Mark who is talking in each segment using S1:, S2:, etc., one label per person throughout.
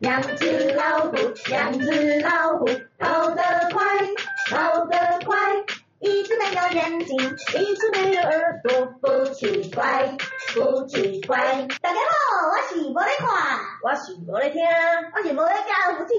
S1: 两只老虎，两只老虎，跑得快，跑得快。一只没有眼睛，一只没有耳朵，不奇怪，不奇怪。
S2: 大家好，我是无咧看，
S3: 我是无咧听，
S2: 我是无咧教，我是猪。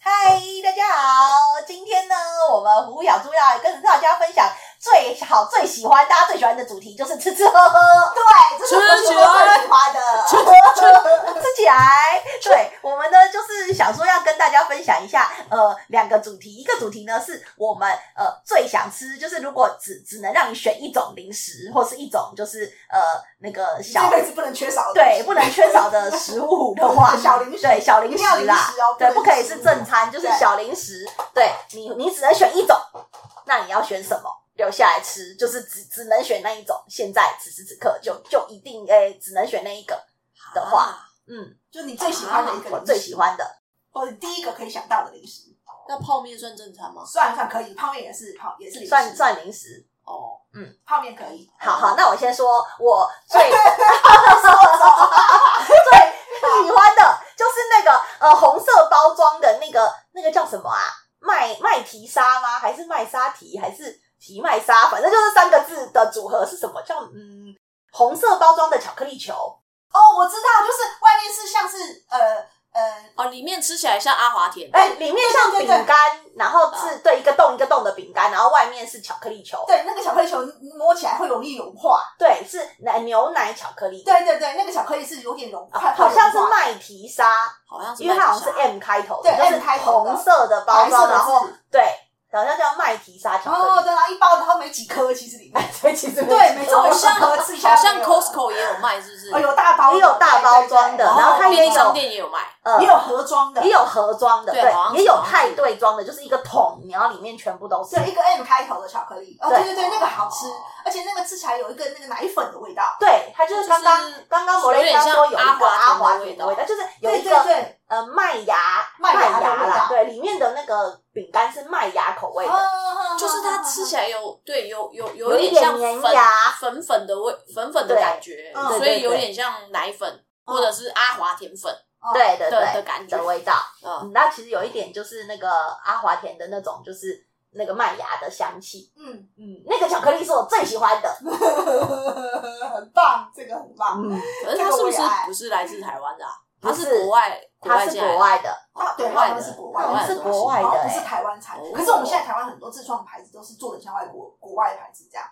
S4: 嗨，大家好，今天呢，我们虎小猪要跟大家分享最好、最喜欢、大家最喜欢的主题，就 是吃吃喝喝。对，这是我喜欢最喜欢 的，吃起来。对，我们呢就是想说要跟大家分享一下，呃，两个主题，一个主题呢是我们呃最想吃，就是如果只只能让你选一种零食或是一种就是呃那个小
S5: 这辈子不能缺少 的
S4: 对，不能缺少的食 物的话，
S5: 小零食
S4: 对小零
S5: 一定要
S4: 食啦，
S5: 零食哦
S4: 对，不
S5: 不能
S4: 可以
S5: 食
S4: 是
S5: 物
S4: 正餐，就是
S5: 对
S4: 小零食。对你，你只能选一种，那你要选什么？留下来吃，就是只只能选那一种。现在此时此刻就就一定诶、只能选那一个的话，
S5: 啊
S4: 嗯，
S5: 就你最喜欢的一个零食，
S4: 我最喜欢的。
S5: 或者第一个可以想到的零食，哦
S3: 那泡面算正常吗？
S5: 算算可以，泡面也是泡也是零食，
S4: 算算零食，
S5: 哦，
S4: 嗯，
S5: 泡面可以，
S4: 好好，那我先说，我最 最喜欢的就是那个呃红色包装的那个那个叫什么啊？麦麦提沙吗？还是麦沙提？还是提麦沙？反正就是三个字的组合是什么？叫嗯红色包装的巧克力球。
S5: 哦，我知道，就是外面是像是呃呃，
S3: 哦，里面吃起来像阿华田，
S4: 哎、里面像饼干，然后是对一个洞一个洞的饼干，然后外面是巧克力球，
S5: 对，那个巧克力球摸起来会容易融化，
S4: 对，是奶牛奶巧克力，
S5: 对对对，那个巧克力是有点融
S4: 好
S5: 快，
S4: 啊好像是
S5: 快融化
S4: 麦提沙，
S3: 好
S5: 啊
S3: 像是
S4: 因为它好像是
S3: 麦当
S4: M 开头的，
S5: 对
S4: 就是
S5: M 开头的
S4: 红色的包
S5: 白色
S4: 装，
S5: 的
S4: 然后
S5: 字
S4: 对，好像叫麦提沙巧
S5: 哦，
S4: 克力。
S5: 对啊，一包然后没几颗，其实里面
S4: 所以其实
S5: 哦对，没错，
S3: 好像
S5: 没几颗吃
S3: 劳
S5: 一下
S3: 好像
S5: 就没有了
S3: Costco 也有卖，是不是？
S5: 哦，有大包的，
S4: 也有大包装的
S5: 对对
S4: 哎
S5: 对
S4: 然后它也
S3: 便
S4: 有
S3: 利商店也有卖，
S4: 呃
S5: 也有盒装的，
S4: 也有盒装的，
S3: 对好像
S4: 对，
S3: 是
S4: 也有
S3: 好像
S4: 派
S3: 是
S4: 对装的，就是一个桶，然后里面全部都是。
S5: 对，一个 M 开头的巧克力，哦，
S4: 对
S5: 对对对，那个好吃，而且那个吃起来有一个那个奶粉的味道，
S4: 对，它就是刚刚
S3: 就是
S4: 刚刚摩雷刚说有
S3: 有
S4: 一个
S3: 点像
S4: 阿
S3: 阿
S4: 华
S3: 华
S4: 田
S3: 田
S4: 的
S3: 的
S4: 味
S3: 味
S4: 道，
S3: 道
S4: 就是有
S5: 对
S4: 一
S5: 对
S4: 个
S5: 对，
S4: 呃麦芽
S5: 麦芽的味
S4: 啦
S5: 道，
S4: 对，里面的那个饼干是麦芽口味的，
S5: 哦
S3: 就是它吃起来有对有有
S4: 有
S3: 有
S4: 一
S3: 点
S4: 点
S3: 像
S4: 粘
S3: 粉
S4: 牙
S3: 粉粉的味粉粉的
S4: 对
S3: 感觉，
S5: 嗯
S3: 所
S4: 对对
S3: 以有
S4: 对
S3: 点像奶粉
S5: 嗯
S3: 或者是阿华田粉，
S4: 对
S3: 的
S4: 对
S3: 的
S4: 对
S3: 感觉
S4: 的味道。
S3: 嗯，
S5: 哦
S4: 嗯那其实有一点就是那个阿华田的那种，就是那个麦芽的香气。
S5: 嗯，
S4: 嗯，那个巧克力是我最喜欢的。
S5: 很棒，这个很棒。
S4: 嗯，
S3: 可是它是不是
S5: 这个我也爱
S3: 不是来自台湾的啊？
S4: 不
S3: 它
S4: 是
S3: 是国外，
S4: 它
S3: 进
S4: 是
S3: 来的
S4: 国外的，
S5: 啊，对，
S3: 国外
S5: 它
S3: 的
S5: 是国
S3: 国
S5: 外
S3: 外的
S5: 的东西，
S3: 东西
S4: 国外的
S5: 哦不是
S4: 欸
S5: 台湾产
S3: 哦。
S5: 可是我们现在台湾很多自创牌子都是做的像外国国外的牌子这样，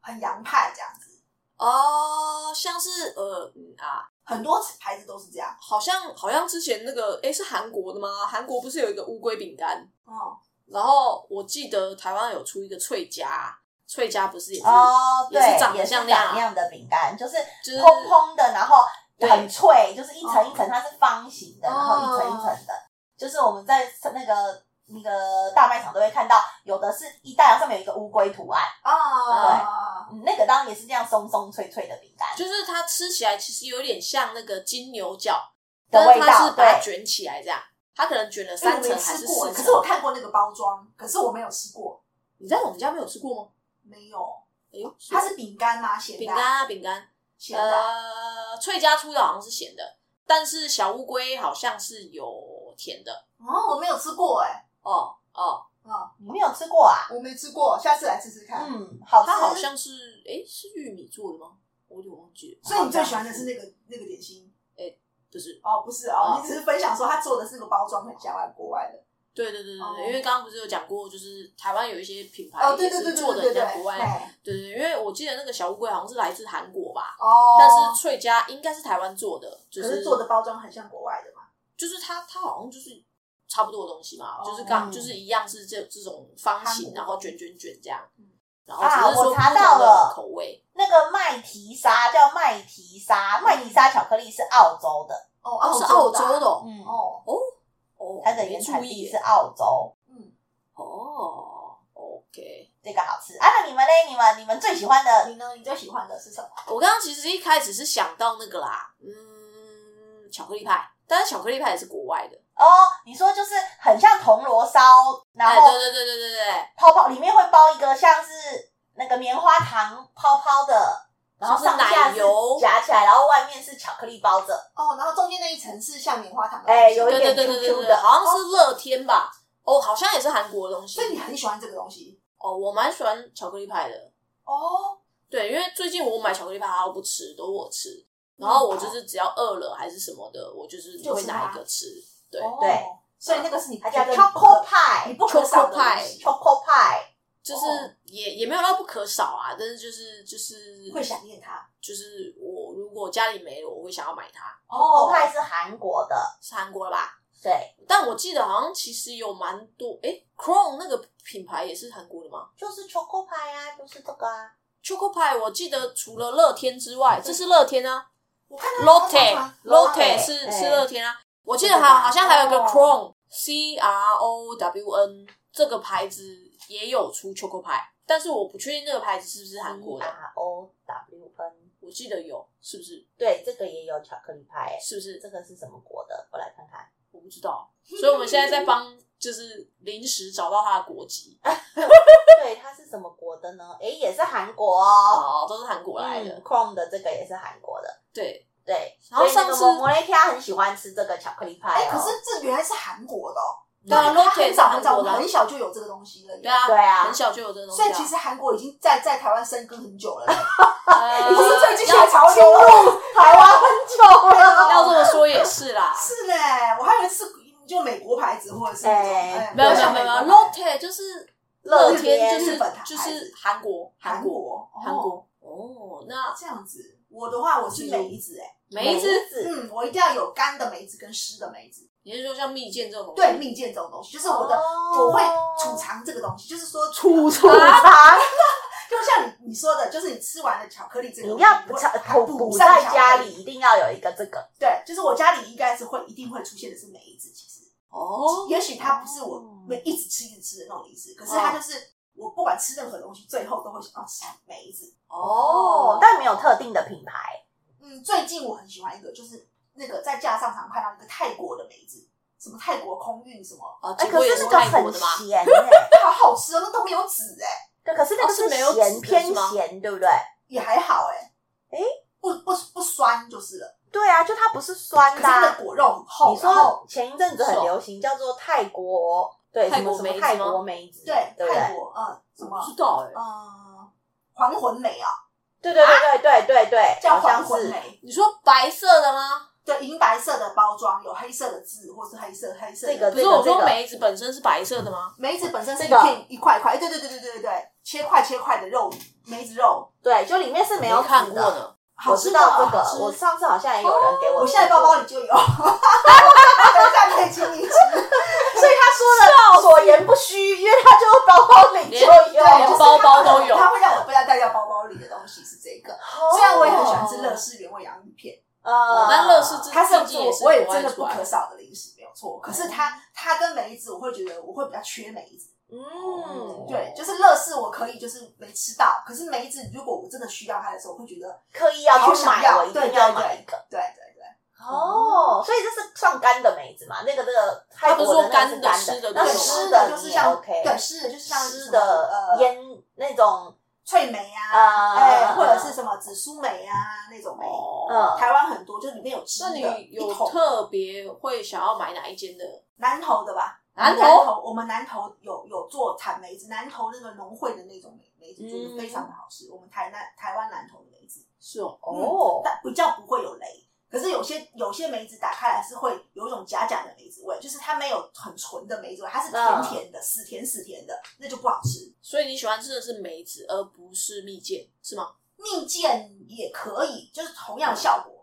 S5: 很洋派这样子，
S3: 哦，像是呃嗯啊，
S5: 很多牌子都是这样。
S3: 好像好像之前那个诶是韩国的吗？韩国不是有一个乌龟饼干？
S5: 哦，
S3: 然后我记得台湾有出一个脆夹，脆夹不是也是、
S4: 哦，对，
S3: 也是长得像那样啊
S4: 也是长那样的饼干，就是
S3: 就是
S4: 蓬蓬的，然后
S3: 对
S4: 很脆，就是一层一层，它是方形的，
S3: 哦
S4: 然后一层一层的，就是我们在那个那个大卖场都会看到，有的是一袋上面有一个乌龟图案，
S5: 啊，
S4: 嗯那个当然也是这样松松脆脆的饼干
S3: 就是它吃起来其实有点像那个金牛角，
S4: 的
S3: 但
S4: 味
S3: 是它
S4: 道，
S3: 是把它
S4: 对。
S3: 卷起来这样，它可能卷了
S5: 哎
S3: 三
S5: 我
S3: 层
S5: 没
S3: 还
S5: 吃
S3: 是
S5: 过，
S3: 四
S5: 可是我
S3: 层。
S5: 看过那个包装，可是我没有吃过，
S3: 你在我们家没有吃过吗？
S5: 没有。
S3: 哎呦，
S5: 哦它是饼干吗？咸
S3: 饼
S5: 的
S3: 干
S5: 啊，
S3: 啊，饼干，
S5: 咸的啊。
S3: 呃，脆夹出的好像是咸的，但是小乌龟好像是有甜的
S5: 哦，我没有吃过哎，
S3: 哦哦，
S5: 啊，
S4: 你没有吃过啊？
S5: 我没吃过，下次来试试看。
S4: 嗯，好吃。
S3: 它好像是哎是玉米做的吗？我有点忘记了，
S5: 所以你最喜欢的是那个那个点心。
S3: 不是
S5: 哦，不是哦
S3: 哦，
S5: 你只是分享说他做的是那个包装很像外国外的。
S3: 对对对对
S5: 哦
S3: 对，因为刚刚不是有讲过，就是台湾有一些品牌
S5: 哦，
S3: 也
S5: 对对对
S3: 是
S5: 对
S3: 做
S5: 对
S3: 的
S5: 对
S3: 很
S5: 对，
S3: 像国外，
S5: 嘿
S3: 对对，对因为我记得那个小乌龟好像是来自韩国吧，
S5: 哦，
S3: 但是翠家应该是台湾做的，就
S5: 可是做的包装很像国外的嘛。
S3: 就是它它好像就是差不多的东西嘛，
S5: 哦
S3: 就是刚就是一样是这这种方
S5: 韩
S3: 形，
S5: 国
S3: 然后卷卷卷这样
S5: 嗯，
S3: 然后只是说
S4: 啊我查
S3: 不同
S4: 到了
S3: 的口味，
S4: 那个麦提沙叫麦提沙，麦提沙巧克力是澳洲的，
S5: 哦，
S3: 哦
S5: 澳
S3: 是澳洲
S5: 的
S3: 的哦
S4: 嗯，
S5: 哦，
S3: 哦，
S4: 它的
S3: 没
S4: 原
S3: 注
S4: 产
S3: 意
S4: 地
S3: 耶
S4: 是澳洲，
S5: 嗯，
S3: 哦，OK。
S4: 这个好吃啊。那你们嘞？你们你们最喜欢的
S5: 你呢？你最喜欢的是什么？
S3: 我刚刚其实一开始是想到那个啦，嗯，巧克力派，但是巧克力派也是国外的，
S4: 哦？你说就是很像铜锣烧，然
S3: 哎，
S4: 后
S3: 对对对对对对，
S4: 泡泡里面会包一个像是那个棉花糖泡泡的然后上下
S3: 奶
S4: 是
S3: 油
S4: 夹起来，然后外面是巧克力包着，
S5: 哦，然后中间那一层是像棉花糖的，
S4: 哎有一
S3: 对对对对
S4: 点 Q
S3: 对
S4: Q
S3: 对，
S4: 的
S3: 好像是乐天吧？哦，好像也是韩国的东西
S5: 所。以你很喜欢这个东西
S3: 哦，我蛮喜欢巧克力派的。
S5: 哦。
S3: 对，因为最近我买巧克力派，他都不吃，都我吃。然后我就是只要饿了还是什么的，我就是
S5: 就
S3: 会
S5: 吃
S3: 拿
S5: 它
S3: 一个吃。对
S5: 哦
S4: 对，
S5: 所以那个是你
S4: 它叫做
S5: Choco
S4: choco 派
S5: 你不可少的东西
S4: choco 派，哦
S3: 就是也也没有到不可少啊，但是就是就是
S4: 会想念它。
S3: 就是我如果家里没有，我会想要买它，
S5: 哦
S4: choco 派是韩国的，
S3: 是韩国的吧？
S4: 对，
S3: 但我记得好像其实有蛮多，诶 c r o w n 那个品牌也是韩国的吗
S4: 就是 choco 派啊，就是这个啊，
S3: ？Choco Pie 我记得除了乐天之外，这是乐天啊
S5: 嗯我看它好像
S3: ，Lotte
S5: 蛮
S3: Lotte 是
S4: 哎
S3: 是乐天啊，我记得还有好像还有一个
S5: 哦
S3: Crown C R O W N 这个牌子也有出 Choco Pie，但是我不确定那个牌子是不是韩国
S5: 嗯
S3: 的，
S4: R O W N，
S3: 我记得有，是不是？
S4: 对，这个也有巧克力派，
S3: 是不是？
S4: 这个是什么国的？我来看看。
S3: 我不知道，所以我们现在在帮，就是临时找到他的国籍，
S5: 嗯
S4: 对，它是什么国的呢？诶，也是韩国
S3: 哦，
S4: 哦。
S3: 都是韩国来的，
S4: 嗯，Chrome 的这个也是韩国的，
S3: 对，
S4: 对。
S3: 然后
S4: 所以那个
S3: 上次
S4: 摩摩雷提亚很喜欢吃这个巧克力派
S5: 哎，
S4: 哦。
S5: 可是这原来是韩国的哦，
S3: 对啊
S5: 它
S3: ，Lotte 也
S5: 很
S3: 是
S5: 早很
S3: 韩
S5: 早，
S3: 国
S5: 我
S3: 的
S5: 们
S3: 啊，
S5: 很小就有这个东西了，
S3: 对，啊，
S4: 对啊
S3: 很小就有这个东西
S5: 所
S3: 啊，
S5: 以其实韩国已经在在台湾深耕很久了，
S4: 哦
S3: 呃
S5: 不是最近
S3: 要
S5: 才潮流了，
S4: 台湾很久了。
S3: 要这么说也是 啦，
S5: 是嘞，哎我还以为是就美国牌子或者是那种
S4: 哎
S5: 哎
S3: 没有没有
S5: 对像
S3: 没有
S5: 美国牌子
S3: ，Lotte 就是
S4: 乐
S3: 天
S4: 天
S3: 就是
S5: 日本牌子
S3: 就是韩国
S5: 韩
S3: 国
S5: 国
S3: 韩
S5: 哦
S3: 国哦，那
S5: 这样子。我的话，我是梅子哎，
S3: 梅子，
S4: 子，
S5: 嗯，我一定要有干的梅子跟湿的梅子，
S3: 你是说像蜜饯这种东西？
S5: 对，蜜饯这种东西，就是我的，
S4: 哦
S5: 我会储藏这个东西，就是说
S4: 储
S5: 就
S4: 储藏，
S5: 像你你说的，就是你吃完了巧克力这
S4: 你
S5: 个东西，
S4: 要
S5: 你会
S4: 补补在家里，一定要有一个这个。
S5: 对，就是我家里应该是会一定会出现的是梅子，其实
S3: 哦，
S5: 也许它不是
S4: 哦
S5: 我会一直吃一直吃的那种意思，可是它就是我不管吃任何东西，最后都会想要吃梅子。
S4: 哦，但没有特定的品牌
S5: 嗯，最近我很喜欢一个，就是那个在架上常看到一个泰国的梅子，什么泰国空运什么，
S3: 哦，
S4: 哎，
S3: 结
S4: 可
S3: 果也
S4: 是那个
S3: 泰国
S4: 很
S3: 的吗？
S4: 咸哎，
S5: 它好好吃哦，那都没有籽哎、
S4: 对，可是那个
S3: 哦是没有籽
S4: 咸
S3: 的
S4: 偏
S3: 是吗
S4: 咸，对不对？
S5: 也还好哎、
S4: 诶
S5: 不不不酸就是了，
S4: 对啊，就它不是酸
S5: 可是
S4: 的
S5: 它
S4: 啊。
S5: 的果肉很厚，
S4: 你
S5: 然后
S4: 说前一阵子很流行叫做泰国，对，
S3: 泰
S4: 什么
S3: 国
S4: 什
S3: 梅
S4: 么
S3: 子
S4: 泰
S3: 吗
S4: 国梅子，
S5: 对
S4: 对不
S5: 泰
S4: 对？
S5: 国嗯什
S3: 我不
S5: 么
S3: 知道哎，
S5: 嗯黄魂梅啊，
S4: 对对对对对对对，
S5: 叫
S4: 好
S5: 黄
S4: 像
S5: 魂
S4: 是
S5: 梅，
S3: 你说白色的吗？
S5: 对银白色的包装，有黑色的字或是黑色黑色的
S4: 这个
S3: 不是我
S4: 这
S3: 说
S4: 个
S3: 梅子本身是白色的吗？
S5: 梅子本身是一
S4: 这个
S5: 片一块一块，哎对对对对对对对，切块切块的肉梅子肉，
S4: 对，就里面是没有籽
S3: 看过
S4: 的。
S3: 呢。
S5: 好
S4: 我
S5: 吃
S4: 知
S5: 的
S4: 道这个
S5: 好，吃哦
S4: 我上次好像也有人给我，
S5: 我现在包包里就有， 等一下可以请你吃。
S4: 所以他说的所言不虚，因为他就包包里就哦有。
S3: 连
S5: 就是
S3: 包包都有
S5: 它会让我被它带到包包里的东西是这
S4: 哦
S5: 个。虽然我也很喜欢吃乐事原味洋芋片，
S4: 呃
S3: 哦但乐事这
S5: 它是
S3: 毕竟也是
S5: 我我也
S3: 国外
S5: 真的不
S3: 出来
S5: 可少的零食，没有错。可是它它跟梅子，我会觉得我会比较缺梅子。
S4: 嗯，
S5: 对，就是乐事我可以就是没吃到，可是梅子如果我真的需要它的时候，我会觉得
S4: 刻意要
S5: 好
S4: 去
S5: 想
S4: 买，
S5: 要
S4: 我一
S5: 对
S4: 定
S5: 对
S4: 要
S5: 对
S4: 买一个。
S5: 对对对，
S4: 哦，所以这是算干的梅子嘛？那个这个泰国的那个是
S3: 他不
S4: 干
S3: 是说干的
S4: 那
S5: 对
S3: 有
S5: 湿
S4: 湿
S5: 的
S4: 的
S5: 就是
S4: 你也
S5: 像
S4: OK，
S5: 对湿的就是像什
S4: 湿
S5: 么
S4: 的
S5: 呃
S4: 腌那种
S5: 脆梅啊，
S4: 啊，
S5: 哎或者是什么紫苏梅啊那种梅，
S4: 嗯
S5: 台湾很多，就是里面有汁
S3: 哦那
S5: 的，
S3: 你
S5: 一
S3: 有
S5: 桶
S3: 特别会想要买哪一间的？
S5: 南投的吧？
S3: 南投
S5: 我们南投有有做产梅子，南投那个农会的那种梅梅子做的非
S4: 嗯
S5: 常的好吃。我们台南台湾南投的梅子，
S3: 是哦，
S5: 嗯
S4: 哦，
S5: 但比较不会有雷。可是有些有些梅子打开来是会有一种假假的梅子味，就是它没有很纯的梅子味，它是
S4: 嗯
S5: 甜甜的，死甜死甜的，那就不好吃。
S3: 所以你喜欢吃的是梅子，而不是蜜饯，是吗？
S5: 蜜饯也可以，就是同样的效 果。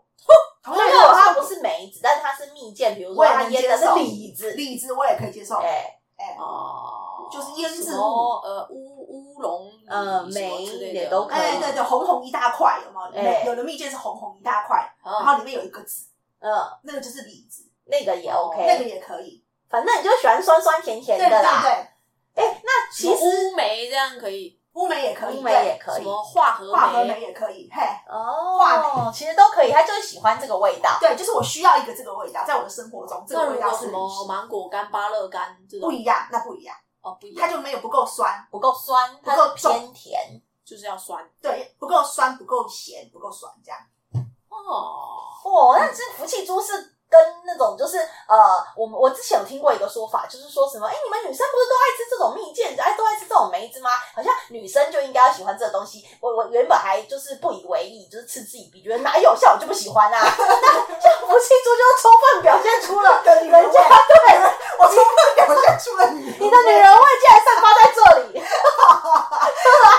S5: 同
S4: 那
S5: 样的
S4: 如果它
S5: 效
S4: 不
S5: 果，
S4: 是梅子，但是它是蜜饯，比如说
S5: 我也
S4: 它
S5: 能
S4: 腌
S5: 接
S4: 的是
S5: 受。
S4: 李子，
S5: 李子我也可以接受。
S4: 哎，
S5: 哎
S3: 哦，
S5: 就是腌制物
S3: 什么呃乌乌龙米
S4: 呃
S3: 什么之类
S4: 梅
S3: 的啊
S4: 也都可以
S5: 哎，对对，红红一大块，有没有？
S4: 嗯哎
S5: 有的蜜饯是红红一大块，然
S3: 啊
S5: 后里面有一个籽，
S4: 嗯，
S5: 那个就是李子，
S4: 那个也
S5: 哦那个
S4: OK，
S5: 也可以。
S4: 反正你就喜欢酸酸甜甜
S5: 对对
S4: 的啦。
S5: 对，
S4: 哎，那
S3: 什
S4: 其
S3: 么
S4: 实
S3: 乌梅这样可以，
S5: 乌梅也可以，
S4: 乌梅也可
S3: 什
S4: 以，
S3: 么化合
S5: 对化合
S3: 梅
S5: 梅也可以，嘿，话
S4: 哦，其实都可以，他就是喜欢这个味道。
S5: 对，就是我需要一个这个味道，在我的生活中，这
S3: 那
S5: 个
S3: 如
S5: 味道
S3: 果
S5: 是
S3: 什么芒果干、芭乐干这
S5: 不
S3: 种
S5: 一样，那不一样，
S3: 哦不一
S5: 它
S3: 样，
S5: 就没有不够酸，
S4: 不够酸，
S5: 不
S4: 它
S5: 够
S4: 是偏甜，
S3: 就是要酸
S5: 对，不够酸，不够咸，不够爽，这样。
S3: 哦。
S4: 哇，那这福气猪是跟那种就是呃，我们我之前有听过一个说法，就是说什么，哎、你们女生不是都爱吃这种蜜饯，哎，都爱吃这种梅子吗？好像女生就应该要喜欢这个东西。我我原本还就是不以为意，就是嗤之以鼻，觉得哪有，像我就不喜欢啊。 那像福气猪就充分表现出了
S5: 跟女人
S4: 人
S5: 味
S4: 家对
S5: 我充分表现出了女
S4: 你
S5: 人
S4: 的女人味竟然散发在这 里。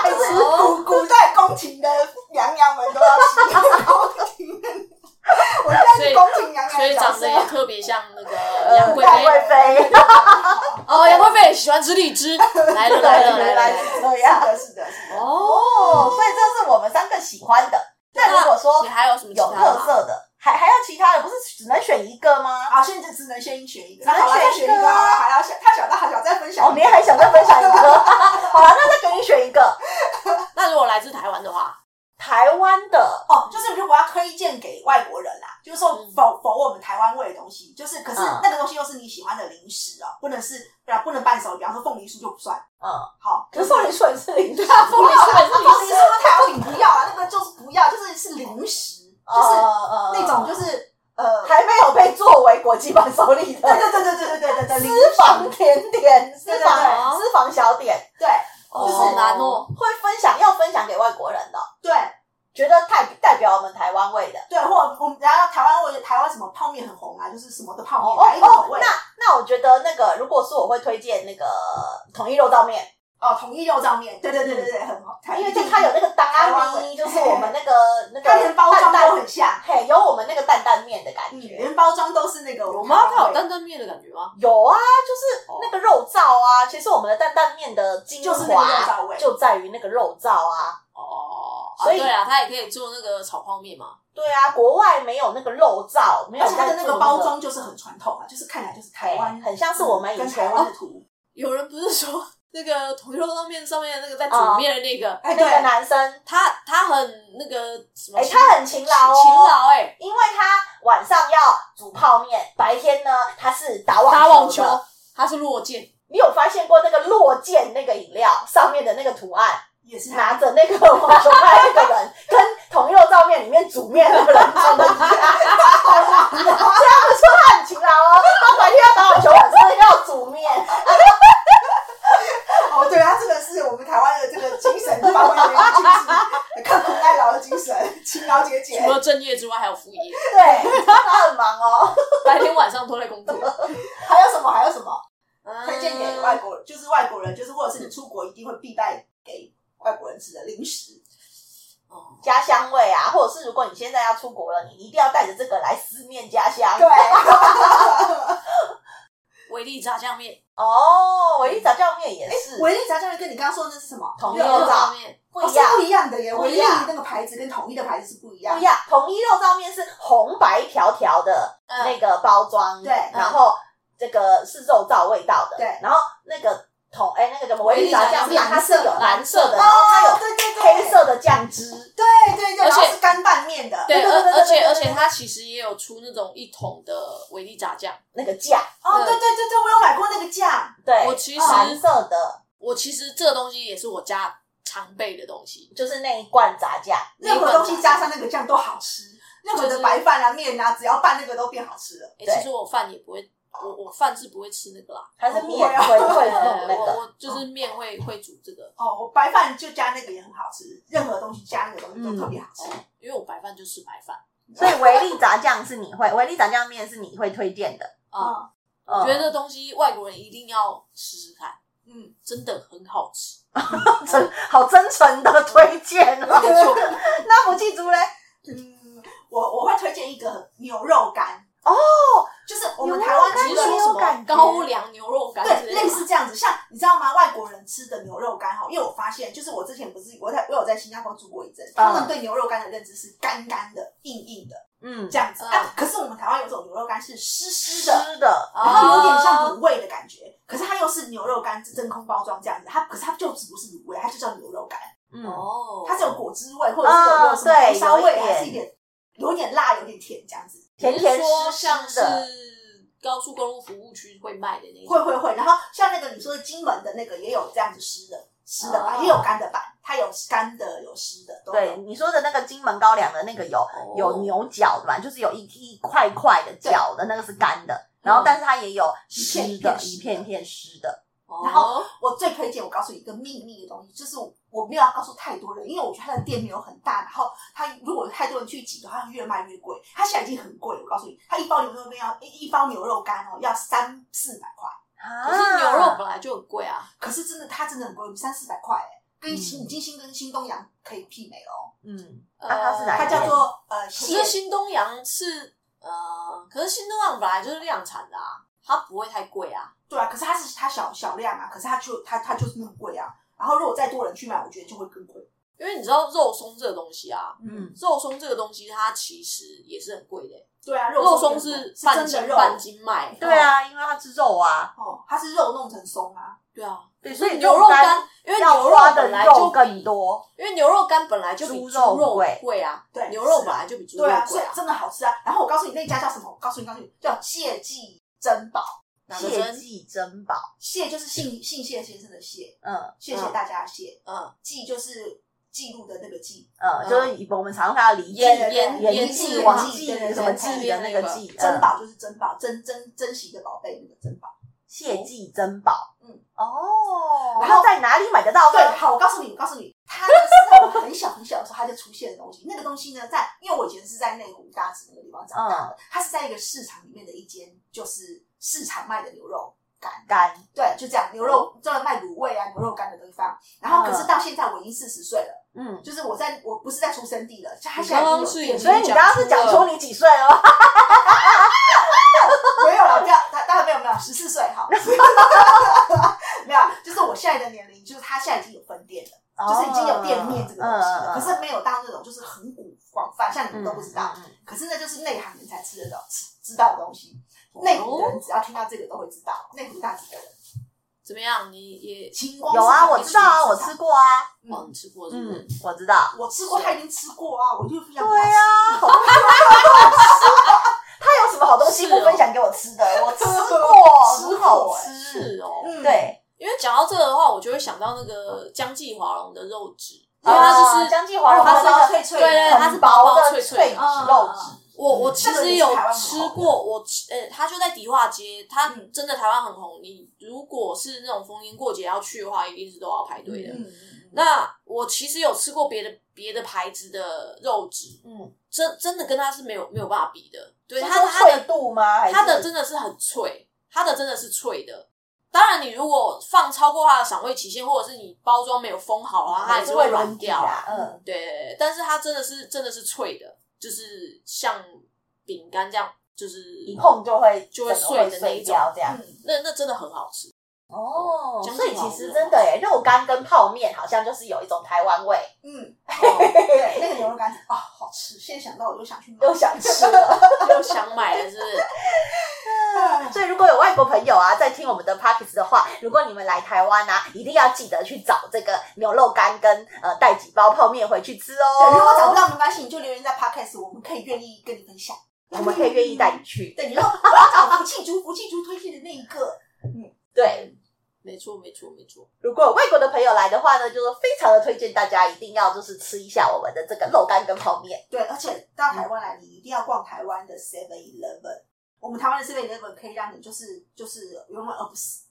S5: 还是古古代宫廷的娘娘们都要吃宫廷的。我现在是宫廷娘娘
S3: 所以
S5: 的角
S3: 长
S5: 色
S3: 得，也特别像那个杨贵妃
S4: 呃杨贵妃，
S3: 哦，杨贵妃也喜欢吃荔枝，来了来 了来了
S4: 原来
S3: 来了，
S4: 是这样。
S5: 是的，是的，是的。
S4: 哦，
S3: 哦，
S4: 所以这是我们三个喜欢的。那如果说
S3: 你还有什么其
S4: 哦有
S3: 他的
S4: 特
S3: 吗？
S4: 色的，还还要其他的，不是只能选一个吗？
S5: 好，现在只能先选一个，
S4: 只能
S5: 好了，再
S4: 选
S5: 选
S4: 一
S5: 一
S4: 个
S5: 个，
S4: 啊
S5: 好了，还要想他小到好想再分享
S4: 哦，
S5: 一个。
S4: 你还想再分享一个？好了，那再给你选一个
S3: 那如果来自台湾的话，
S4: 台湾的，
S5: 哦，就是如果要推荐给外国人啦，就是说
S3: 嗯
S5: 否否我们台湾味的东西，就是可是
S4: 嗯
S5: 那个东西又是你喜欢的零食哦，不能是对啊，不能伴手礼，比方说凤梨酥就不算。
S4: 嗯，
S5: 好，
S4: 可是啊凤梨酥也是零食，
S3: 凤梨酥还是
S5: 凤梨酥跟台湾饼不要啊，那个就是不要，就是是零食，就是
S4: 呃
S5: 那种就是呃，
S4: 还没有被作为国际伴手礼
S5: 对
S4: 的
S5: 对对对对对对对对，零
S4: 私房
S5: 食
S4: 甜点、私
S5: 对对
S4: 房
S3: 对
S4: 私房小点，
S5: 对
S3: 哦
S4: 就是
S3: 好难哦，
S4: 会分享要分享给外国人的，
S5: 对
S4: 觉得代代表我们台湾味的。
S5: 对，或我们然后台湾味，台湾什么泡面很红啊，就是什么的泡
S4: 哦
S5: 面，
S4: 哦
S5: 哪一种口
S4: 哦，
S5: 味
S4: 那？那我觉得那个，如果是我会推荐那个统一肉燥面，
S5: 哦，统一肉燥面，对对对对对，很好，台
S4: 因为就它有那个达
S5: 台湾
S4: 阿咪，
S5: 味
S4: 就是我们那个那个
S5: 它连包
S4: 担
S5: 装都
S4: 担，
S5: 很像，
S4: 嘿，有我们那个担担面的感
S5: 嗯，
S4: 觉。
S5: 连包装都是那个
S3: 有
S5: 我
S3: 吗？它有
S5: 的
S3: 担担面的感觉吗？
S4: 有啊，就是那个肉燥啊，其实我们的担担面的精
S5: 就是那个肉
S4: 华
S5: 燥味
S4: 就在于那个肉燥啊。
S3: 哦，啊
S4: 所以
S3: 对啊，它也可以做那个炒泡面嘛。
S4: 对啊，国外没有那个肉燥，没有
S5: 而且它的
S4: 在
S5: 那
S4: 做
S5: 个包装就是很传统啊，就是看起来就是台湾，
S4: 很像是我们以前
S5: 跟台湾的图，
S3: 有人不是说那个同一肉汤面上面那个在
S4: 啊
S3: 煮面的那个，
S5: 哎
S4: 那个
S5: 对，
S4: 男生，
S3: 他他很那个什么
S4: 哎，
S3: 勤，
S4: 他很勤劳哦，
S3: 勤劳哎，
S4: 因为他晚上要煮泡面，白天呢他是打网
S3: 打网球
S4: 球的，
S3: 他是落剑，
S4: 你有发现过那个落剑那个饮料上面的那个图 案，
S5: 也是
S4: 拿
S5: 它，
S4: 着那个网球拍的那个人，跟同一肉照面里面煮面那个人 长得一样，这样不说他很勤劳哦，他白天要打网球，晚上要煮面，
S5: 哦，对，它这个是我们台湾的这个精神发挥的一个精神，刻苦耐劳的精神，勤劳节俭
S3: 除。了正业之外还有 副业，
S4: 对，他很忙哦。
S3: 白天晚上都在工作。
S5: 还有什么？还有什么？推
S3: 推
S5: 荐给
S3: 嗯
S5: 外国人，就是外国人，就是或者是你出国一定会必带给外国人吃的零食。
S3: 哦，
S4: 家乡味啊，或者是如果你现在要出国了，你一定要带着这个来思念家乡。
S5: 对，
S3: 维力炸酱面，
S4: 哦，我一炸酱面也是
S5: 维力炸酱面跟你刚刚说的那是什么？
S4: 同一
S5: 热
S4: 肉
S5: 的
S4: 燥
S3: 面，
S4: 不
S5: 哦
S4: 一
S5: 是
S4: 样，
S5: 不一样的耶。
S4: 不
S5: 维
S4: 一
S5: 力
S4: 样
S5: 那个牌子跟统一的牌子是不一样
S4: 不一。样。统一肉燥面是红白条条的
S3: 嗯
S4: 那个包装，
S5: 对
S4: 然后这个是肉燥味道的，
S5: 对
S4: 然后那个桶哎，那个叫什么维力炸酱
S3: 维力
S4: 面，
S3: 炸酱面
S4: 它是有蓝色
S3: 蓝色
S4: 的，
S5: 哦
S3: 的
S4: 然后它有
S5: 对对
S4: 黑色的酱汁，
S5: 对对对，
S3: 而
S5: 然
S3: 且
S5: 后是干拌面的，
S3: 对，
S4: 对对
S3: 而
S4: 对
S5: 呃
S3: 而且
S4: 对对
S3: 而且它其实也有出那种一桶的维力炸酱。
S4: 那个酱，
S5: 哦，对对对对，我有买过那个酱，
S4: 对，
S3: 我其实
S4: 蓝色的
S3: 我其实这个东西也是我家常备的东西，
S4: 就是那一罐炸酱，
S5: 任何东西加上那个酱都好吃，任何
S3: 就
S5: 的
S3: 是
S5: 白饭啊、面啊，只要拌那个都变好吃了。
S3: 哎、
S4: 对
S3: 其实我饭也不会，我我饭是不会吃那个啦。
S4: 它是面
S5: 哦
S4: 会会
S3: 对，
S4: 弄那
S3: 我
S4: 个，嗯
S3: 我就是面会会煮这个，
S5: 哦，我白饭就加那个也很好吃，任何东西加那个东西都特别好吃。
S3: 因为我白饭就吃白饭。
S4: 所以维力炸酱是你会，维力炸酱面是你会推荐的，
S3: 啊
S5: 嗯
S3: 我
S4: 我
S3: 觉得这东西外国人一定要试试看，
S5: 嗯，
S3: 真的很好吃。
S4: 真好真诚的推荐哦。 那福气猪嘞？
S5: 嗯，我我会推荐一个牛肉干
S4: 哦，
S5: 就是我们台湾
S4: 牛
S3: 你
S5: 吃
S3: 是
S5: 的
S3: 说
S4: 牛
S3: 什
S4: 肉感
S3: 么
S4: 觉
S3: 高粱牛肉干之类
S5: 对，类
S3: 的吗？
S5: 似这样子，像你知道吗？外国人吃的牛肉干哈，因为我发现，就是我之前不是我在我有在新加坡住过一阵，他们对牛肉干的认知是干干的、硬硬的
S4: 嗯，
S5: 这样子。
S3: 嗯
S5: 啊，可是我们台湾有种牛肉干是湿湿的，
S4: 吃的，
S5: 然后有点像
S3: 哦
S5: 卤味的感觉，可是它又是牛肉干真空包装这样子，它可是它就是不是卤味，它就叫牛肉干，
S4: 嗯，
S3: 哦，
S5: 它是有果汁味，或者是有有什么
S4: 哦
S5: 红烧
S4: 对有
S5: 味，
S4: 一点
S5: 还是一点有点辣，有点甜这样子。
S4: 甜甜
S3: 你是说
S4: 湿
S3: 像
S4: 湿
S3: 是
S4: 的，
S3: 高速公路服务区会卖的那种，
S5: 会会会，然后像那个你说的金门的那个也有这样子湿的湿的版
S3: 哦
S5: 也有干的版，它有干的有湿的都
S4: 对
S5: 有。
S4: 你说的那个金门高粱的那个有有牛角的嘛，就是有一一块块的角的那个是干的，然后但是它也有湿的，一
S5: 一
S4: 片
S5: 片
S4: 片湿的。
S5: 然
S3: 后
S5: 我最推荐，我告诉你一个秘密的东西，就是我没有要告诉太多人，因为我觉得它的店没有很大，然后它如果太多人去挤的话，它越卖越贵。它现在已经很贵了，我告诉你，它一包牛肉面要一一包牛肉干哦，要三四百块。
S3: 可
S4: 啊
S3: 是牛肉本来就很贵啊，
S5: 可是真的，它真的很贵，三四百块哎、跟
S4: 嗯
S5: 新已经新跟新东阳可以媲美了哦。
S4: 嗯，
S3: 呃
S4: 那它是哪一
S5: 它
S4: 间？
S5: 叫做呃
S3: 可
S5: 蟹
S3: 是新东阳是呃，可是新东阳本来就是量产的啊，它不会太贵啊。
S5: 对啊，可是它是它小小量啊，可是它就它它就是那么贵啊。然后如果再多人去买，我觉得就会更贵。
S3: 因为你知道肉松这个东西啊，
S4: 嗯，
S3: 肉松这个东西它其实也是很贵的欸、
S5: 对啊，
S3: 肉
S5: 松
S3: 松
S5: 是
S3: 是
S5: 是
S3: 半
S5: 真
S3: 斤
S5: 的肉，
S3: 半斤卖，
S4: 对啊，因为它是肉啊，
S5: 哦，它是肉弄成松啊。
S3: 对啊，
S4: 对，所
S3: 所以
S4: 以
S3: 牛肉干，因为
S4: 要
S3: 牛肉
S4: 花的
S3: 本来就
S4: 肉
S3: 比
S4: 更，多。
S3: 因为牛肉干本来就比
S4: 猪
S3: 猪
S4: 肉
S3: 肉
S4: 贵
S3: 贵啊，
S5: 对
S3: 牛肉
S5: 是
S3: 本来就比猪肉
S5: 对啊，
S3: 贵
S5: 所以
S3: 啊，
S5: 真的好吃啊。然后我告诉你那家叫什么？我告诉你，告诉你叫蟹记珍宝。
S3: 哪个
S4: 谢
S3: 真
S4: 记珍宝，
S5: 蟹就是姓姓谢先生的谢，
S4: 嗯
S5: 谢谢大家的谢。
S3: 嗯，
S5: 记就是记录的那个记，
S4: 嗯，就是以我们常常看到李记、
S3: 腌
S5: 对
S3: 腌
S5: 对
S4: 严
S3: 腌
S4: 记、
S3: 制
S5: 对
S4: 王
S5: 对
S4: 记
S5: 对对
S4: 什么
S5: 对
S4: 记的
S3: 对
S4: 那
S3: 那
S4: 个
S3: 个
S4: 记，
S5: 珍
S4: 嗯
S5: 宝就是珍宝，珍珍珍惜的宝贝那个珍宝。
S4: 谢记珍宝，
S5: 嗯，
S4: 哦，
S5: 然
S4: 然
S5: 后
S4: 后在哪里买得到呢？
S5: 哦对，好，我告诉你，我告诉你，它呢是在我很小很小的时候它就出现的东西。那个东西呢，在因为我以前是在内湖大直那个地方长
S3: 嗯
S5: 大的，它是在一个市场里面的一间就是市场卖的牛肉干。
S4: 干，
S5: 对，就这样，牛肉专门卖卤味啊、牛肉干的地方。然后，
S3: 嗯
S5: 可是到现在我已经四十岁了，
S4: 嗯，
S5: 就是我在我不是在出生地了，就他
S3: 你
S5: 现在已
S3: 刚
S5: 经
S3: 刚
S5: 有
S3: 是
S5: 店
S3: 已经
S5: 了
S4: 所以你刚刚是讲出你几岁哦了吗？
S5: 没有了，不要，他当然没有没有，十四岁哈， 没有，啊就是我现在的年龄，就是他现在已经有分店了。就是已经有店
S4: 哦
S5: 面
S4: 嗯
S5: 这个东西了，可是没有到那种就是很古广泛，像你们都不知道。
S4: 嗯嗯嗯
S5: 可是那就是内行人才吃得到、吃知道的东西。
S4: 哦
S5: 内湖的人只要听到这个都会知道，内湖大直的人。
S3: 怎么样？你也
S5: 晴光
S4: 有啊，
S5: 市场
S4: 我知道啊，我
S5: 一直
S4: 吃过啊，
S5: 嗯
S3: 哦，你吃过是不
S4: 嗯
S3: 是？，
S4: 我知道，
S5: 我吃过，他已经吃过啊，我就不想
S4: 对
S5: 跟他吃
S4: 啊，好他有什么好东西不分享给我吃 的？我吃过，很好吃，
S3: 是哦，
S5: 嗯，
S4: 对，
S3: 因为讲到这个的话，我就会想到那个江记华龙的肉质，因为它
S4: 啊
S3: 就是
S4: 江记华龙
S5: 它
S4: 的
S5: 是
S4: 那
S5: 要
S4: 个
S5: 脆脆
S3: 对对，
S5: 的，
S3: 它是薄
S4: 薄
S3: 薄
S4: 的
S3: 脆
S4: 脆
S3: 脆
S4: 脂
S3: 的
S4: 肉质，
S3: 我我其实有吃
S5: 这个也是台湾很红
S3: 过，我吃呃，它就在迪化街，它
S5: 嗯
S3: 真的台湾很红。你如果是那种逢年过节要去的话，一定是都要排队的。
S5: 嗯，
S3: 那我其实有吃过别的别的牌子的肉质，
S4: 嗯，
S3: 真真的跟它是没有没有办法比的。对
S4: 是
S3: 它
S4: 说
S3: 它
S4: 脆
S3: 的
S4: 度吗？还是
S3: 它的真的是很脆，它的真的是脆的。当然，你如果放超过它的赏味期限，或者是你包装没有封好
S4: 哦
S3: 啊，它还是会软掉啊。
S4: 啊，嗯，
S3: 对，但是它真的是真的是脆的，就是像饼干这样，就是
S4: 一碰就会
S3: 就会
S4: 整个
S3: 碎的那
S4: 碎
S3: 一种
S4: 掉这样。
S5: 嗯
S3: 那那真的很好 吃。
S4: 哦，
S3: 江记
S4: 所以
S3: 华
S4: 其
S3: 龙
S4: 实
S3: 肉
S4: 真的诶，肉干跟泡面好像就是有一种台 湾味，
S5: 嗯，哦对，那个牛肉干哦，好吃，现在想到我就想去买，
S4: 又想 吃了。
S3: 又想买了是不是？
S5: 哎
S4: 所以如果有外国朋友啊在听我们的 p o c k e t 的话，如果你们来台湾啊，一定要记得去找这个牛肉干跟呃带几包泡面回去吃
S5: 对，如果找
S4: 哦
S5: 不。到没关系，你就留言在 podcast，我们可以愿意跟你分享。嗯
S4: 我们可以愿意带你
S3: 嗯
S4: 去。
S5: 对，你说我要找福气竹，福气竹推荐的那一个，
S4: 对，
S3: 没错，没错，没错。
S4: 如果有外国的朋友来的话呢，就是非常的推荐大家一定要就是吃一下我们的这个肉干跟泡面。
S5: 对，而且
S4: 嗯
S5: 到台湾来，你一定要逛台湾的 Seven Eleven。我们台湾的 Seven Eleven 可以让你就是就是永远饿不死，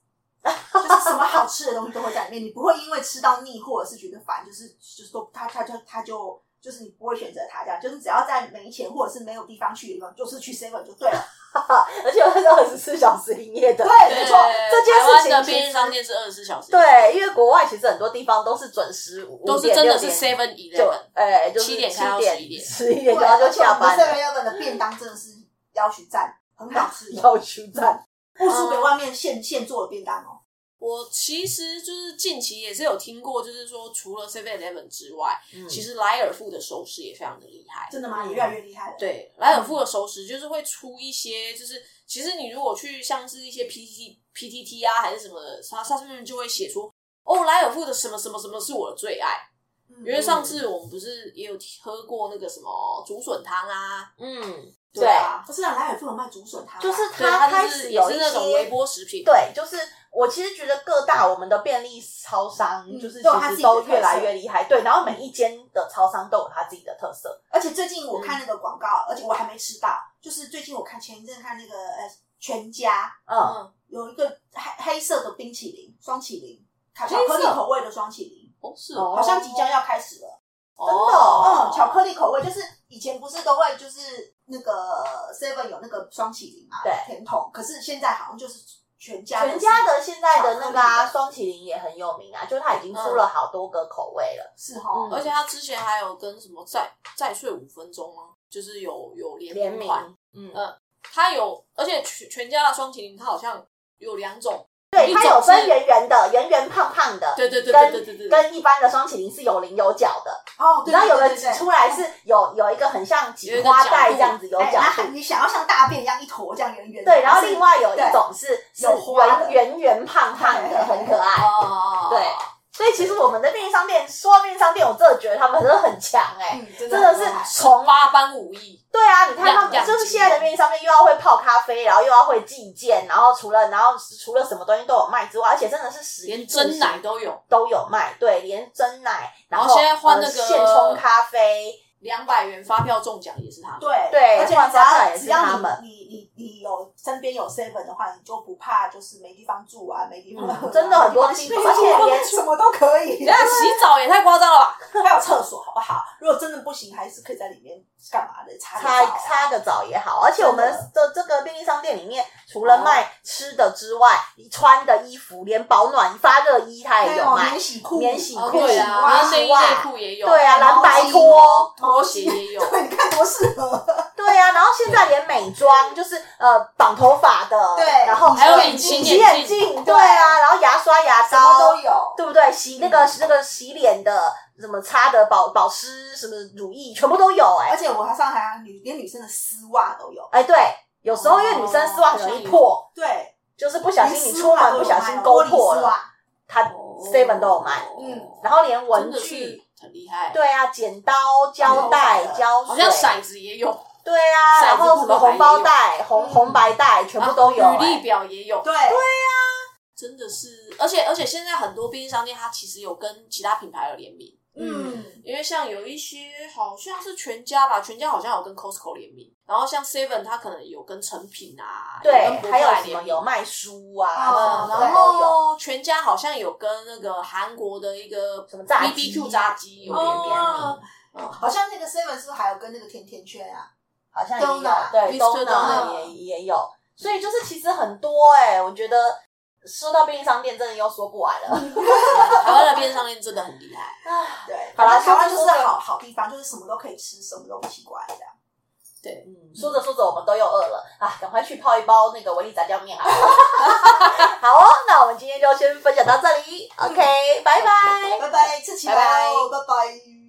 S5: 就是什么好吃的东西都会在里面，你不会因为吃到腻或者是觉得烦，就是就是都他他就他就就是你不会选择它这样，就是只要在没钱或者是没有地方去的地方，就是去 Seven 就对了。
S4: 而且它是二十四小时营业的，
S5: 对没错
S4: 哎这件事
S3: 台湾
S4: 情
S3: 的
S4: 其
S3: 便
S4: 实
S3: 利商店是二十四小时，，
S4: 对，因为国外其实很多地方都是准时五
S3: 都是
S4: 点
S3: 真的
S4: 六
S3: 是
S4: 点
S3: Seven
S4: 就
S3: Eleven，
S4: 哎、就是
S3: 7点
S4: 七
S3: 开到11
S4: 点
S3: 点
S4: 十一
S5: 对，啊
S4: 点然后就下班了，
S5: Seven Eleven 的便当真的是要求赞，很 好吃的，
S4: 要出站。
S5: 不输给外面现现做的便当哦。
S3: 我其实就是近期也是有听过，就是说除了 Seven Eleven 之外，
S4: 嗯
S3: 其实莱尔富的熟食也非常的厉害。
S5: 真的吗？你越来越厉害了。
S3: 对，莱尔富的熟食就是会出一些，就是其实你如果去像是一些 PTT、PTT 啊还是什么的，它它上面就会写出哦，莱尔富的什么什么什么是我的最爱。
S5: 嗯，
S3: 因为上次我们不是也有喝过那个什么竹笋汤啊，
S4: 嗯，
S3: 对啊，
S5: 不是啊，莱尔富有卖竹笋汤啊，
S4: 就是
S3: 对，
S4: 它
S3: 它就
S4: 开
S3: 是
S4: 始
S3: 也
S4: 有一
S3: 是
S4: 些
S3: 那种微波食品，
S4: 对，就是我其实觉得各大我们的便利超商
S5: 嗯
S4: 就是
S5: 都有它
S4: 其实
S5: 自己的
S4: 都
S5: 特
S4: 越来
S5: 色
S4: 越厉害，对，然后每一间的超商都有它自己的特色，
S5: 而且最近我看那个广告，而且我还没吃到，就是最近我看前一阵看那个呃全家
S4: 嗯，
S3: 嗯，
S5: 有一个黑黑色的冰淇淋双淇淋，巧巧克
S3: 黑
S5: 力
S3: 色
S5: 口味的双淇淋，
S3: 哦是
S4: 哦
S5: 好像即将要开始了。
S3: 真
S4: 的
S5: 哦，
S4: 哦
S5: 嗯，巧克力口味就是以前不是都会就是那个 Seven 有那个双淇淋嘛，
S4: 对
S5: 甜筒，可是现在好像就是全家
S4: 全家
S5: 的
S4: 的现在的那个
S5: 巧克
S4: 啊
S5: 力的
S4: 双麒麟也很有名啊，就是它已经出了好多个口味了，
S5: 是哈
S4: 嗯，
S3: 而且他之前还有跟什么再再睡五分钟吗？就是有有
S4: 联
S3: 联名
S4: 名
S3: 款，，
S4: 嗯，
S3: 呃他有，而且全全家的双麒麟，它好像有两种，
S4: 对，
S3: 一
S4: 它
S3: 种
S4: 有分
S3: 是
S4: 圆圆的、圆圆胖胖的，
S3: 对对对对
S4: 跟
S3: 对对对对，
S4: 跟一般的双麒麟是有棱有角的，
S5: 哦，
S4: 你知道有
S5: 个
S4: 个挤出来是有有一个很像
S3: 有
S4: 挤
S3: 一个
S4: 花
S3: 角
S4: 带
S3: 度
S4: 这样子有
S5: 哎，
S4: 角
S5: 然
S4: 度
S5: 后，你想要像大便一样一坨这样圆圆的，
S4: 对，然后
S5: 是
S4: 另外有
S5: 对
S4: 一种是是
S5: 有花的
S4: 圆圆圆胖胖
S5: 对
S4: 的，很 可爱。
S3: 啊，
S4: 对所以其实我们的便利商店，说到便利商店，我真的觉得他们真的很强哎、
S5: 嗯，真
S4: 真的
S5: 很厉害
S4: 是从
S3: 八般武艺，
S4: 对啊，你看他
S3: 样
S4: 们
S3: 样
S4: 就是
S3: 精
S4: 现在的
S3: 通
S4: 便利商店又要会泡咖啡，然后又要会寄件，然后除了然后除了什么东西都有卖之外，而且真的是实
S3: 连真奶都有，
S4: 都有卖，对，连真奶，
S3: 然后
S4: 后
S3: 现在换
S4: 呃
S3: 那个
S4: 现冲咖啡，
S3: 两百元发票中奖也是他，
S5: 对
S4: 对
S5: 而且
S4: 换
S5: 你只
S4: 发票也
S5: 要
S4: 是
S5: 只要
S4: 他
S5: 你
S4: 们
S5: 你你你有身边有 seven 的话，你就不怕就是没地方住啊，没地方 喝啊、
S4: 嗯真的很多
S5: 没地方
S4: 地方啊
S5: 洗
S4: 而且
S5: 连什么都可以
S3: 人，
S4: 啊
S3: 家洗澡也太夸张了吧？
S5: 还有厕所，好不好？如果真的不行，还是可以在里面干嘛的，擦个
S4: 擦
S5: 澡啊
S4: 擦个澡也好，而且我们的这个便利商店里面，除了卖吃的之外，穿的衣服连保暖发热衣它也
S5: 还
S4: 有
S5: 有
S4: 卖
S5: 哦免，洗裤，
S4: 免洗
S3: 哦
S4: 裤
S3: 对啊，然
S4: 免
S3: 后
S4: 洗
S3: 内衣
S4: 袜
S3: 内裤也有，
S4: 对啊，
S5: 然
S4: 蓝
S5: 后
S4: 白
S5: 洗
S4: 拖，
S3: 拖鞋也有，
S5: 对，你看多适 合，
S4: 对啊，然后现在连美妆就是呃绑头发的，
S5: 对
S4: 然后
S3: 还有
S4: 眼
S3: 隐形
S4: 镜，
S3: 眼
S4: 镜，对啊，然后牙刷、牙
S5: 什么
S4: 膏
S5: 都，有。
S4: 对不对？洗那
S3: 嗯
S4: 个那个洗脸的，什么擦的保保湿，什么乳液，全部都有，哎
S5: 而且我还上海啊，女连女生的丝袜都有，
S4: 哎，对，有时候因为女
S3: 哦
S4: 生丝袜很容易破，
S5: 对，
S4: 就是不小心你出门不小心勾
S3: 啊
S5: 连丝袜都有卖哦
S4: 破
S5: 玻璃丝
S4: 了，
S5: 袜
S4: 它 seven 都有卖，
S5: 嗯
S4: 然后连文
S3: 哦真的是
S4: 具。
S3: 很厉害，
S4: 对啊，剪刀、胶带、胶
S3: 好像
S4: 水，
S3: 骰子也有，
S4: 对
S3: 骰
S4: 啊，
S3: 子
S4: 然后什么红包
S3: 不是
S4: 袋、红红白袋，全部都有。
S3: 嗯啊履
S4: 哎
S3: 历表也有，
S5: 对对，
S3: 真的是，而且而且现在很多便利商店它其实有跟其他品牌有联名，
S5: 嗯，
S3: 因为像有一些好像是全家吧，全家好像有跟 Costco 联名，然后像 Seven 它可能有跟成品啊，有跟
S4: 对，
S3: 博
S4: 还
S3: 客来
S4: 有什
S3: 联
S4: 么
S3: 名嗯
S4: 有卖书啊，
S5: 哦
S4: 那种
S3: 然
S4: 都有
S3: 后全家好像有跟那个韩国的一个
S4: 什么炸鸡
S3: BBQ 炸鸡有联名，
S5: 哦
S4: 嗯
S5: 好像那个 seven 是不是还有跟那个甜甜圈啊？
S4: 好像也有
S5: Donut，
S4: 对
S3: Mr.
S4: Donut
S3: Donut
S4: 也也有，所以就是其实很多哎、我觉得说到便利商店，真的又说不完了。
S3: 台湾的便利商店真的很厉害。
S4: 啊
S5: 对，
S4: 好啦
S5: 台湾就是
S4: 说着
S5: 好好地方，就是什么都可以吃，什么都不奇怪这样。
S4: 嗯说着说着，我们都又饿了啊！赶快去泡一包那个维力炸酱面啊！ 好哦，那我们今天就先分享到这里，OK，拜拜。
S5: 哎拜拜，吃起来哦，拜拜